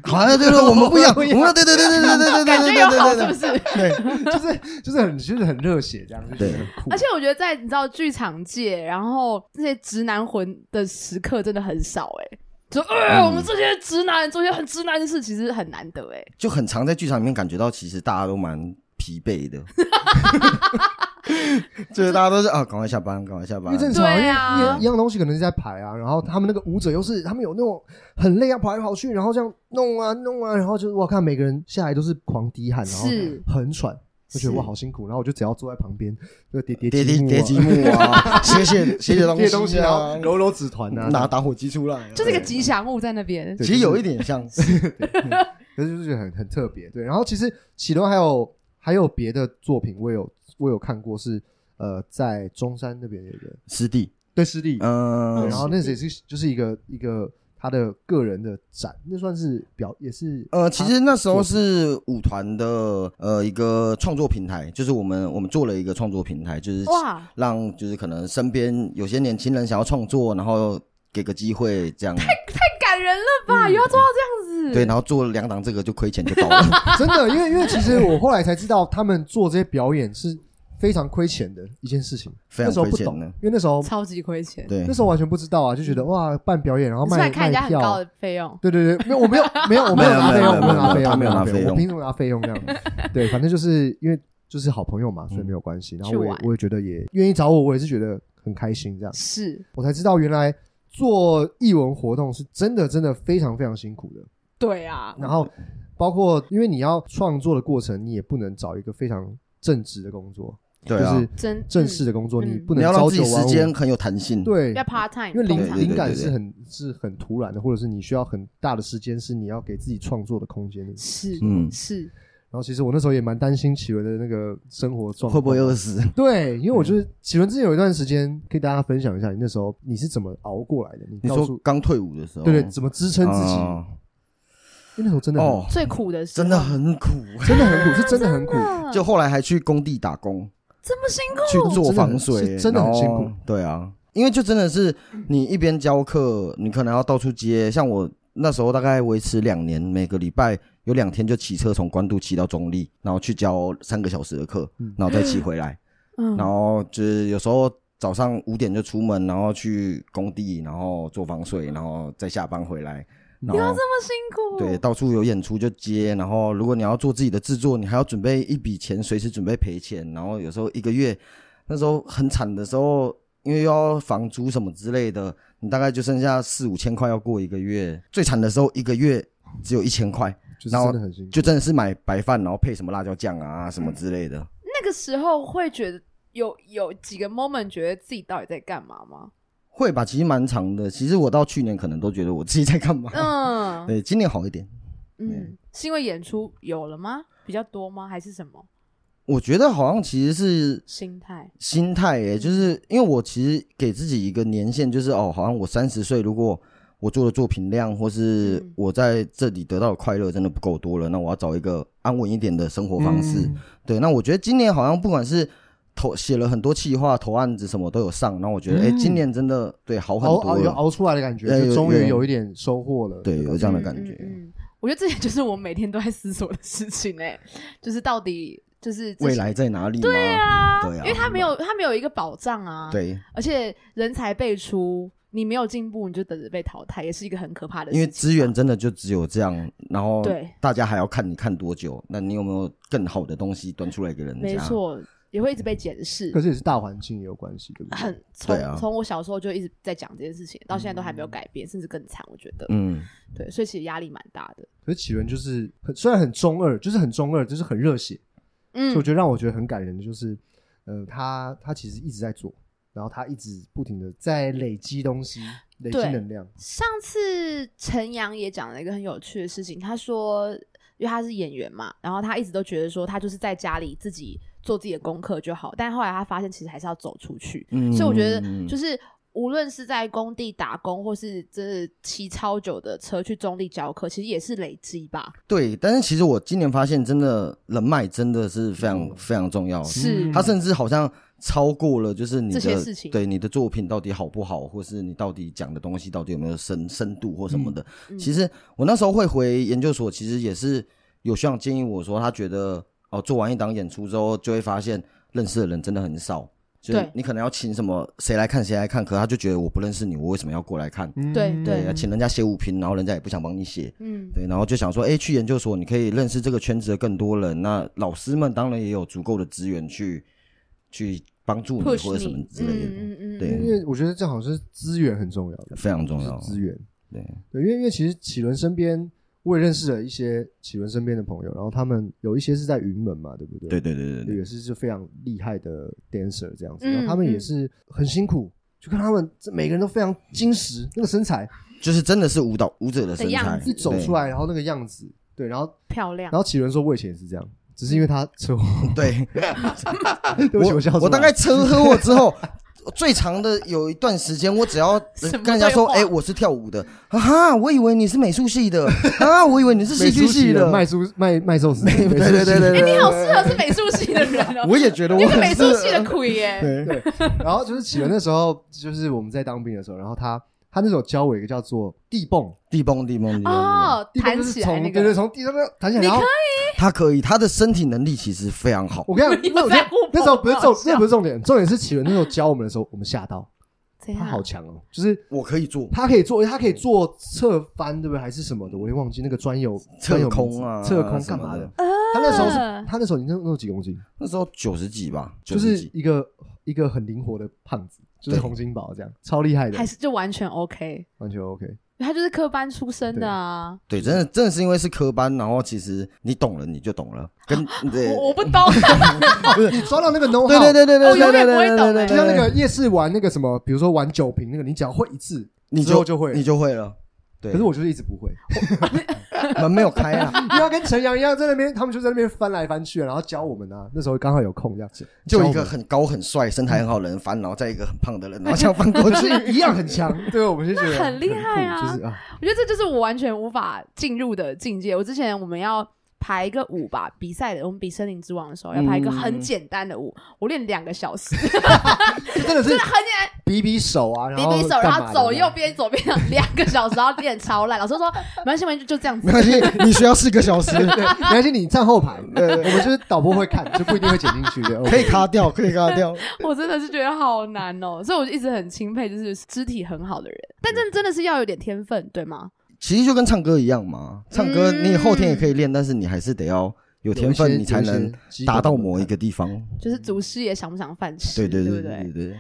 好，啊对对，对我们不一样，我们对对对对 对对对对
感觉
对
有好
对
是不
对
是？
对对，
就是就是很就是很热血这样，就
对
是很酷。
而且我觉得在你知道剧场界，然后这些直男魂的时刻真的很少哎。就呃，
嗯
我们这些直男做一些很直男的事，其实很难得哎。
就很常在剧场里面感觉到，其实大家都蛮疲惫的，就是大家都是啊，赶快下班，赶快下
因
班
为。正常，因
对
为
啊
因为一样东西可能是在排啊，然后他们那个舞者又是他们有那种很累啊，跑来跑去，然后这样弄啊弄啊，然后就是我看每个人下来都是狂滴汗，然后
是
很喘，我觉得
是
哇好辛苦，然后我就只要坐在旁边就叠叠
叠叠
积木啊
叠积木 啊，写写写写
叠
东
东西，
西
然
啊
后，揉揉纸团啊，
拿打火机出来，
就是一个吉祥物在那边，
其实有一点 像，
可是就是很很特别，对。然后其实启伦还有还有别的作品，我有我有看过是，呃在中山那边有一个
师弟，
对师弟，对
嗯
然后那也是就是一个一个他的个人的展，那算是表也是
呃，其实
他
那时候是舞团的呃一个创作平台，就是我们我们做了一个创作平台，就是
哇，
让就是可能身边有些年轻人想要创作，然后给个机会这样，
感人了吧？有要做到这样子？
对，然后做了两 档这个就亏钱就倒了。
真的，因为因为其实我后来才知道，他们做这些表演是非常亏钱的一件事情。
非
那
常
时候
亏
不
钱
懂，
的
因，为那时候
超级亏钱。
对嗯
那，时候完全不知道啊，就觉得哇，办表演然后
你虽
卖
然看人家
卖
很高
票，
的费用，
对对对，没有我没有没有我没有拿费
没有
用，我没有拿费用，
他没有拿费用
我凭什么拿费用这样？ 对，反正就是因为就是好朋友嘛，
嗯
所以没有关系。然后我
去
也
玩
我也觉得也愿意找我，我也是觉得很开心这样。
是
我才知道原来做艺文活动是真的真的非常非常辛苦的。
对啊，
然
哦
后包括因为你要创作的过程，你也不能找一个非常正职的工作，
对
就
啊
是，
真
正式
的，
的工作，
嗯
你不
你
能
要让
朝
自己
九
时
晚
间
五。
很有弹性，
对
嗯，要 part time，
因为
通
灵
常
对
灵感
对对
是很是很突然的，或者是你需要很大的时间，是你要给自己创作的空间的。
是
嗯
是
然后其实我那时候也蛮担心奇伦的那个生活状况，
会不会嗯饿死？
对，因为我就是奇伦之前有一段时间，跟大家分享一下，你那时候你是怎么熬过来的？你
你
告
说
诉
刚退伍的时候，
对对，怎么支撑自己？
啊
因为那时候真的很
哦，
最苦的时候，
真的很 苦，
真的很苦，是真的 很苦。
啊
就后来还去工地打工，
这么辛苦，
去做
哦
防
真的
水，
是真的很辛苦
然后。对啊，因为就真的是你一边教课，你可能要到处接。像我那时候大概维持两年，每个礼拜有两天就骑车从关渡骑到中立，然后去教三个小时的课
嗯，
然后再骑回来。
嗯
然后就是有时候早上五点就出门，然后去工地，然后做防水，然后再下班回来。然后
这么辛苦，
对，嗯到处有演出就接，然后如果你要做自己的制作，你还要准备一笔钱，随时准备赔钱，然后有时候一个月，那时候很惨的时候，因为又要房租什么之类的，你大概就剩下四五千块要过一个月，最惨的时候一个月只有一千块，
就是
然后
真的很辛苦。
就真的是买白饭，然后配什么辣椒酱啊什么之类的，
那个时候会觉得有有几个 moment 觉得自己到底在干嘛吗？
会吧？其实蛮长的，其实我到去年可能都觉得我自己在干嘛，
嗯
哦对，今年好一点。
嗯，是因为演出有了吗？比较多吗？还是什么
我觉得好像其实是
心态？
心态耶，就是因为我其实给自己一个年限，就是哦，好像我三十岁，如果我做的作品量或是
嗯
我在这里得到的快乐真的不够多了，那我要找一个安稳一点的生活方式。
嗯
对，那我觉得今年好像不管是投写了很多企划、投案子什么都有上，然后我觉得哎、
嗯
今年真的对好很
熬
哦
多
熬有
了，
熬出来的感觉，
哎
就
有
终于
有
有一点收获了。
对，有这样的感觉。
嗯嗯我觉得这也就是我每天都在思索的事情哎、就是到底就是这些
未来在哪里吗？对
啊，
对啊
因为他没有他没有一个保障啊，，
对，
而且人才辈出，你没有进步，你就等着被淘汰，也是一个很可怕的事
因
情啊。
为资源真的就只有这样，然后
对
大家还要看你看多久，那你有没有更好的东西端出来给人家？
没错，也会一直被检视
可。是也是大环境也有关系，对不对？
很从
嗯对啊
从、我小时候就一直在讲这件事情，到现在都还没有改变，甚至更惨，我觉得。
嗯，
对，所以其实压力蛮大的。
可是启伦就是很虽然很中二，就是很中二，就是很热血。所以我
嗯，
觉得让我觉得很感人的就是，呃，他他其实一直在做，然后他一直不停的在累积东西，累积
对
能量。
上次陈阳也讲了一个很有趣的事情，他说，因为他是演员嘛，然后他一直都觉得说他就是在家里自己做自己的功课就好，但后来他发现其实还是要走出去，
嗯
所以我觉得就是。无论是在工地打工，或是就是骑超久的车去中地教课，其实也是累积吧。
对。但是其实我今年发现，真的人脉真的是非常、非常重要。
嗯是
哦他甚至好像超过了，就是你的
这些事情
对你的作品到底好不好，或是你到底讲的东西到底有没有深深度或什么的。
嗯
其实我那时候会回研究所，其实也是有学长建议我说，他觉得哦，做完一档演出之后，就会发现认识的人真的很少。就是
对
你可能要请什么谁来看谁来看，可他就觉得我不认识你，我为什么要过来看？
对
嗯
对，请人家写五评，然后人家也不想帮你写，
嗯，
对，然后就想说，哎，去研究所你可以认识这个圈子的更多人，那老师们当然也有足够的资源去去帮助你
push
或者什么
你
之类的，
嗯嗯嗯，
对
因为我觉得这好像是资源很重要的，
非常重要
就是。资源。
哦对，
对，因为因为其实启伦身边我也认识了一些启伦身边的朋友，然后他们有一些是在云门嘛，对不对？
对对对对对，
也是是非常厉害的 dancer 这样子，
嗯
然后他们也是很辛苦，就看他们这每个人都非常精实，那个身材
哎就是真的是舞蹈舞者的身
的样
材
子，
一走出来，然后那个样子，对，然后
漂亮
然。后启伦说，我以前也是这样，只是因为他车祸，
对，
对不起，我笑出
我
来
我 大概车喝我之后。 最长的有一段时间，我只要
什么
跟人家说
对：“话
哎、我是跳舞的啊，我以为你是美术系的啊，我以为你是戏
美
剧
术
系
系
的。”
卖寿卖卖寿司，对
对对对对对，
哎你好适合是美术系的人哦，
我也觉得
你
我
是
很
美术系的鬼耶、
对
对，然后就是启伦那时候，就是我们在当兵的时候，然后他他那时候教我一个叫做地蹦，
地蹦地蹦地蹦地蹦，
哦，
地蹦
弹
就是
起来
从
那
对对，
个，
从地上面弹起来，
你
然后
他可以，他的身体能力其实非常好。
我跟你
你有
讲，那我
在
就
互捧
那时候不是
好
重，
笑
那不是重点，重点是启文那时候教我们的时候，我们吓到，
怎
他
样？
好强哦，就是。
我可以做，
他可以做，他可以做侧翻，对不对？还是什么的？我也忘记那个专有专有
侧
名字
空啊
侧空
什
干
么
嘛
的
的？他那时候是
呃
他那时候你那那时候几公斤？
那时候九十几吧，
就
90
是
几
一个一个很灵活的胖子，就是
对
洪金宝这样，超厉害的
还，是就完全 OK，
完全 OK。
他就是科班出身的啊。
对，真的真的是因为是科班，然后其实你懂了你就懂了，
啊
跟对
我我不 懂，
不是你抓到那个 know how，
对对对对
哦
对
我永
对
远
对
不会
对
懂
对对，
欸就像那
对
个夜市玩那个什么，比如说玩酒瓶那个，你只要会一次，
你
之后就会了
你就会了。对，
可是我就是一直不会，
门没有开 啊，
因为要跟陈阳一样在那边，他们就在那边翻来翻去，然后教我们啊。那时候刚好有空这样，教
就一个
我们
很高很帅、身材很好的人翻，然后再一个很胖的人， 然后这样翻过
我
去。
是一样很强，对，我们就觉得
那 很厉害啊
很酷就是啊，
我觉得这就是我完全无法进入的境界。我之前我们要排一个舞吧，比赛的，我们比森林之王的时候要排
嗯
一个很简单的舞，我练两个小时，很
就真的是
简单，
比比手啊， 然
比
后
比手，然
干嘛
后
的
走右边左边两个小时，然后练超烂。老师说没关系，没关系，就这样
没
子。
关系，你需要四个 小时，
对，没关系，你站后排，我们就是导播会看，就不一定会剪进去的。哦
可以卡掉，可以卡掉。
我真的是觉得好难哦，所以我就一直很钦佩，就是肢体很好的人，但这真的是要有点天分，对吗？
其实就跟唱歌一样嘛，唱歌
嗯
你后天也可以练，但是你还是得要有天分，你才能达到某一个地方。
就是祖师爷想不想饭吃，
对对
对
对
不
对对，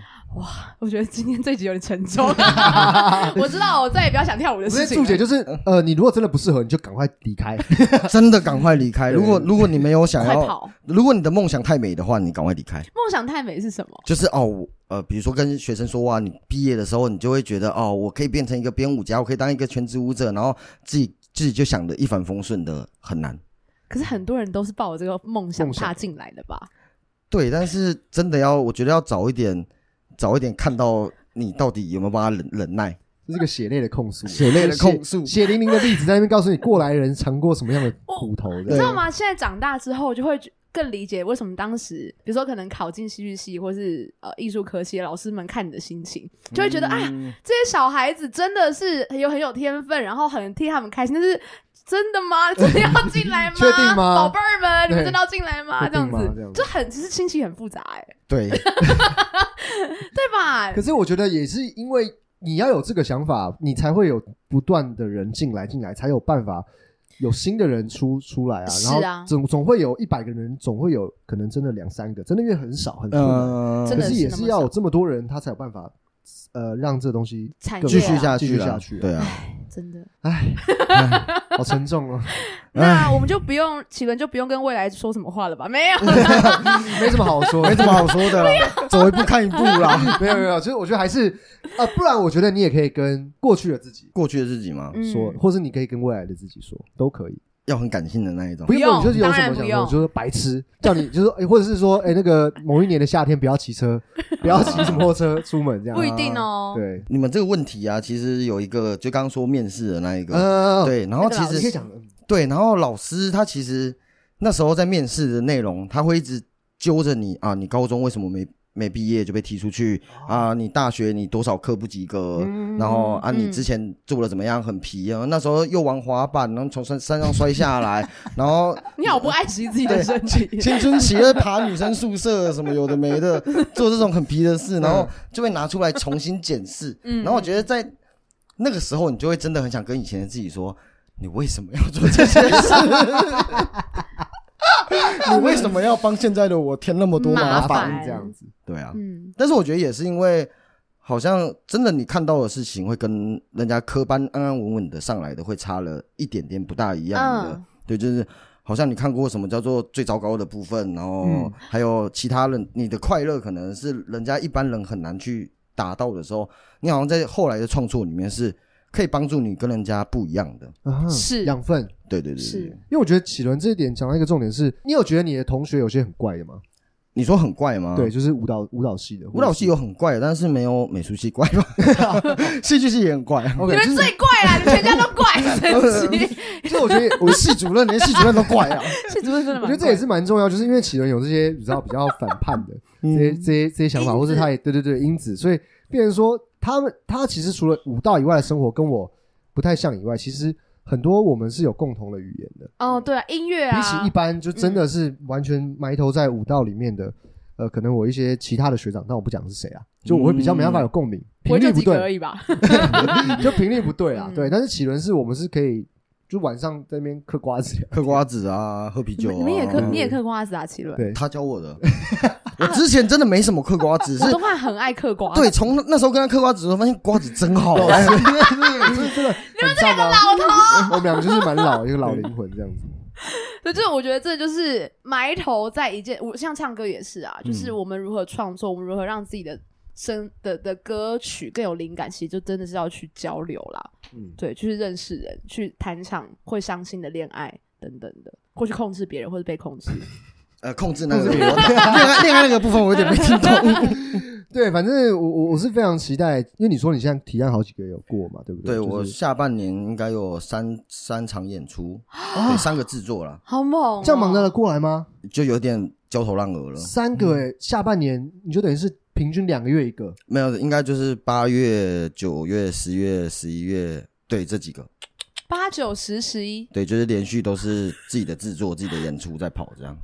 我觉得今天这集有点沉 重， 我知道我再也不要想跳舞的
不
事
是
情
注
了。
解，就是
哎
呃，你如果真的不适合，你就赶快离开。
真的赶快离开。
对
如果如果你没有 想
快
要，
跑！
如果你的梦想太美的话，你赶快离开。
梦想太美是什么？
就是哦，我呃，比如说跟学生说哇，你毕业的时候，你就会觉得哦，我可以变成一个编舞家，我可以当一个全职舞者，然后自己自己就想的一帆风顺的很难。
可是很多人都是抱着这个梦想
梦想
踏进来的吧？
对，但是真的要，我觉得要早一点，早一点看到你到底有没有办法忍忍耐。
这是个血泪的控诉，
血泪的控诉
血血淋淋的例子在那边告诉你，过来人尝过什么样的苦头
你知
的。
道吗？现在长大之后，就会觉更理解为什么当时，比如说可能考进戏剧系或是呃艺术科系的老师们看你的心情，就会觉得、哎呀，
嗯
这些小孩子真的是很有很有天分，然后很替他们开心，但是。真的 吗？真的要进来吗？
确定吗
宝贝儿们，你们
对
真的要进来吗？
确
这样
定吗
子，
这样子
就很其实亲戚很复杂哎、
对，
对吧
可？是我觉得也是因为你要有这个想法，你才会有不断的人进来进来，才有办法有新的人出出来啊。
是
然
啊
后总总会有一百个人，总会有可能真的两三个，真的因为很少很困难。
嗯，
真
可
的
是
是
也
那
是
么
要有
少
这么多人，他才有办法呃让这东西
产
更
业
继
啊
续下
继
去
续
了
下去啊
对啊，
真的，
好沉重哦，
那我们就不用启文就不用跟未来说什么话了吧？没有啦，
没什么好说，
没什么好说的 啦，走一步看一步啦。
没有没有，就是我觉得还是呃，不然我觉得你也可以跟过去的自己
过去的自己嘛，
嗯
说，或是你可以跟未来的自己说，都可以。
要很感性的那一种
不。
用
用，你就是有
当
什
然
么
不
想
用
说，就是白痴，叫你就是说，哎，或者是说，哎，那个某一年的夏天不要骑 车，不要骑什么货车出门这样
不。一定哦。
对，
你们这个问题啊，其实有一个，就刚刚说面试的那一个，
呃，
对，然后
那个
其
老
你可以
实
讲的，
对，然后老师他其实那时候在面试的内容，他会一直揪着你啊，你高中为什么没没毕业就被踢出去啊？你大学你多少课不及格？然后啊，你
嗯
之前做了怎么样？很皮啊，那时候又玩滑板，然后从山山上摔下来， 然后
你好，不爱惜自己的身体。
青春期在爬女生宿舍什么有的 没的，做这种很皮的事，然后就被拿出来重新检视。
嗯
然后我觉得在那个时候，你就会真的很想跟以前的自己说。你为什么要做这些 事？你为什么要帮现在的我添那么多
麻
麻
烦
烦？
这样子，
对啊，
嗯，
但是我觉得也是因为，好像真的你看到的事情会跟人家科班安安稳稳的上来的会差了一点点，不大一样的。
嗯
对，就是好像你看过什么叫做最糟糕的部分，然后
嗯
还有其他人，你的快乐可能是人家一般人很难去达到的时候，你好像在后来的创作里面是可以帮助你跟人家不一样的。
啊
是
养分。
对对对对
是
对，
因为我觉得启伦这一点讲到一个重点是，你有觉得你的同学有些很怪的吗？
你说很怪吗？
对，。就是舞蹈舞蹈系的，
嗯舞蹈系有很怪的，但是没有美术系怪吧？ 戏剧系也很怪啊。
你
OK，
们
就是
最怪啦，你全家都怪， 神奇。
就是我觉得
我系主任连系主任都怪啊。
是不是真的
我
蛮怪？
觉得这也是蛮重要，就是因为启伦有这 些你知道比较反叛的这些这些这些想法，
嗯因子
或者他也对对对因子，所以变成说他们他其实除了舞蹈以外的生活跟我不太像以外，其实很多我们是有共同的语言的。
哦，对啊，音乐
比起
啊
一，般就真的是完全埋头在舞蹈里面的，呃，可能我一些其他的学长，但我不讲是谁啊，就我会比较没办法有共鸣，
嗯
频
我就
率不
几个而
对，
已吧。
就频率不对啊。
嗯
对，但是启伦是我们是可以就晚上在那边嗑瓜子聊，
嗑瓜子啊，喝啤
你
酒、啊。
们你也嗑，
嗯
你也嗑瓜子啊，奇伦。
对，
他教 我的。我之前真的没什么嗑瓜子，
我
是
都快很爱嗑瓜子。
对，从那时候跟他嗑瓜子的时候，发现瓜子真好
哦
哎
玩。
真的 真的很像吗？ 我们两个就是蛮老一个老灵魂这样子。
对，就是我觉得这就是埋头在一件，我像唱歌也是啊，
嗯
就是我们如何创作，我们如何让自己的声的的歌曲更有灵感，其实就真的是要去交流啦，
嗯
对，去认识人，去谈场会伤心的恋爱等等的，或去控制别人，或者被控制。
呃，控制那个恋爱恋爱那个部分，我有 点没听懂。
对，反正我我我是非常期待，因为你说你现在提案好几个有过嘛，对不
对
对
我
就是
下半年应该有三三场演出，
哦
对，三个制作啦，
好猛、哦
这样忙得过来吗？
就有点焦头烂额了。
三个诶，下半年你就等于是平均两个月一个，
没有，应该就是八月、九月、十月、十一月，对这几个，
八九十十一，
对，就是连续都是自己的制作、自己的演出在跑这样。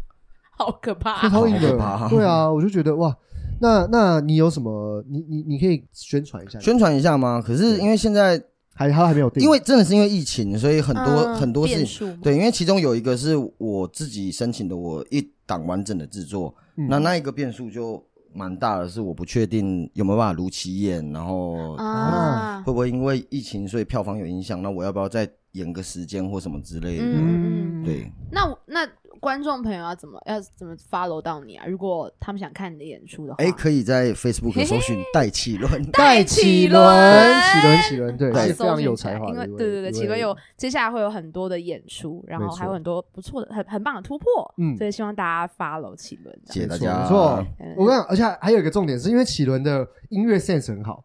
好可怕、
这超硬
好
的
可怕。
对啊，我就觉得哇，那那你有什么？你你你可以宣传一下，
宣传一下吗？可是因为现在，
还他还没有定，
因为真的是因为疫情，所以很多、
嗯
很多事
变数
情，
嘛
对，因为其中有一个是我自己申请的，我一档完整的制作，
嗯
那那一个变数就蛮大的，是我不确定有没有办法如期演，然后
啊，
会不会因为疫情所以票房有影响？那我要不要再延个时间或什么之类的？
嗯嗯嗯，
对，
那我那观众朋友要怎么要怎么 follow 到你啊？如果他们想看你的演出的话，
哎、可以在 Facebook 搜寻戴启伦，
戴
启
启
伦
伦，启伦启伦，对，
啊
对
是非常有才华
因
的
为
一位，
对对对，
一
奇
位
伦有接下来会有很多的演出，然后
没错
还有很多不错的、很很棒的突破，
嗯
所以希望大家 follow 奇伦这
谢
样。
谢大
没
家。
错没
嗯
我跟你讲，而且还有一个重点，是因为启伦的音乐 sense 很好，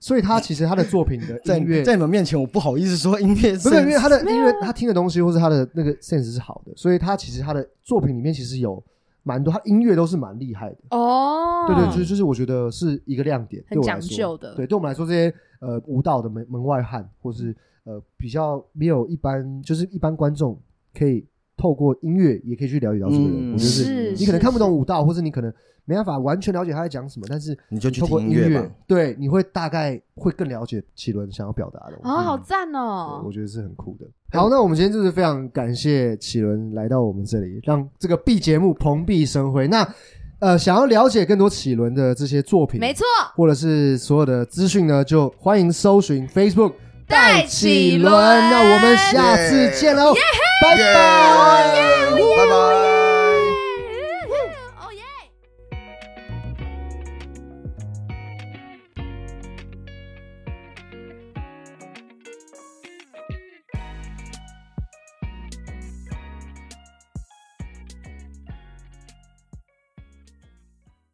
所以他其实他的作品的
在
音乐，
在你们面前，我不好意思说音乐
不
是
是因为他的音乐，他听的东西或是他的那个 sense 是好的，所以他其实他的作品里面其实有蛮多，他音乐都是蛮厉害的。
哦，
对对，就是就是，我觉得是一个亮点，
很
对我来说
讲究的
对，对我们来说，这些呃舞蹈的门门外汉，或
嗯
是呃比较没有一般，就是一般观众可以透过音乐也可以去了解到这个人。
嗯
我觉得是
是
你可能看不懂舞蹈，或是你可能没办法完全了解他在讲什么，但是
你就去
透过
听
音
音乐吧。
对，你会大概会更了解奇伦想要表达的东西。
啊，好赞
对，
哦
嗯我！觉得是很酷的。好，那我们今天就是非常感谢启伦来到我们这里，让这个 B 节目蓬荜生辉。那呃，想要了解更多启伦的这些作品，
没错，
或者是所有的资讯呢，就欢迎搜寻 Facebook
戴
启
启
伦。
伦。
那我们下次见喽，拜拜。
拜拜。
哦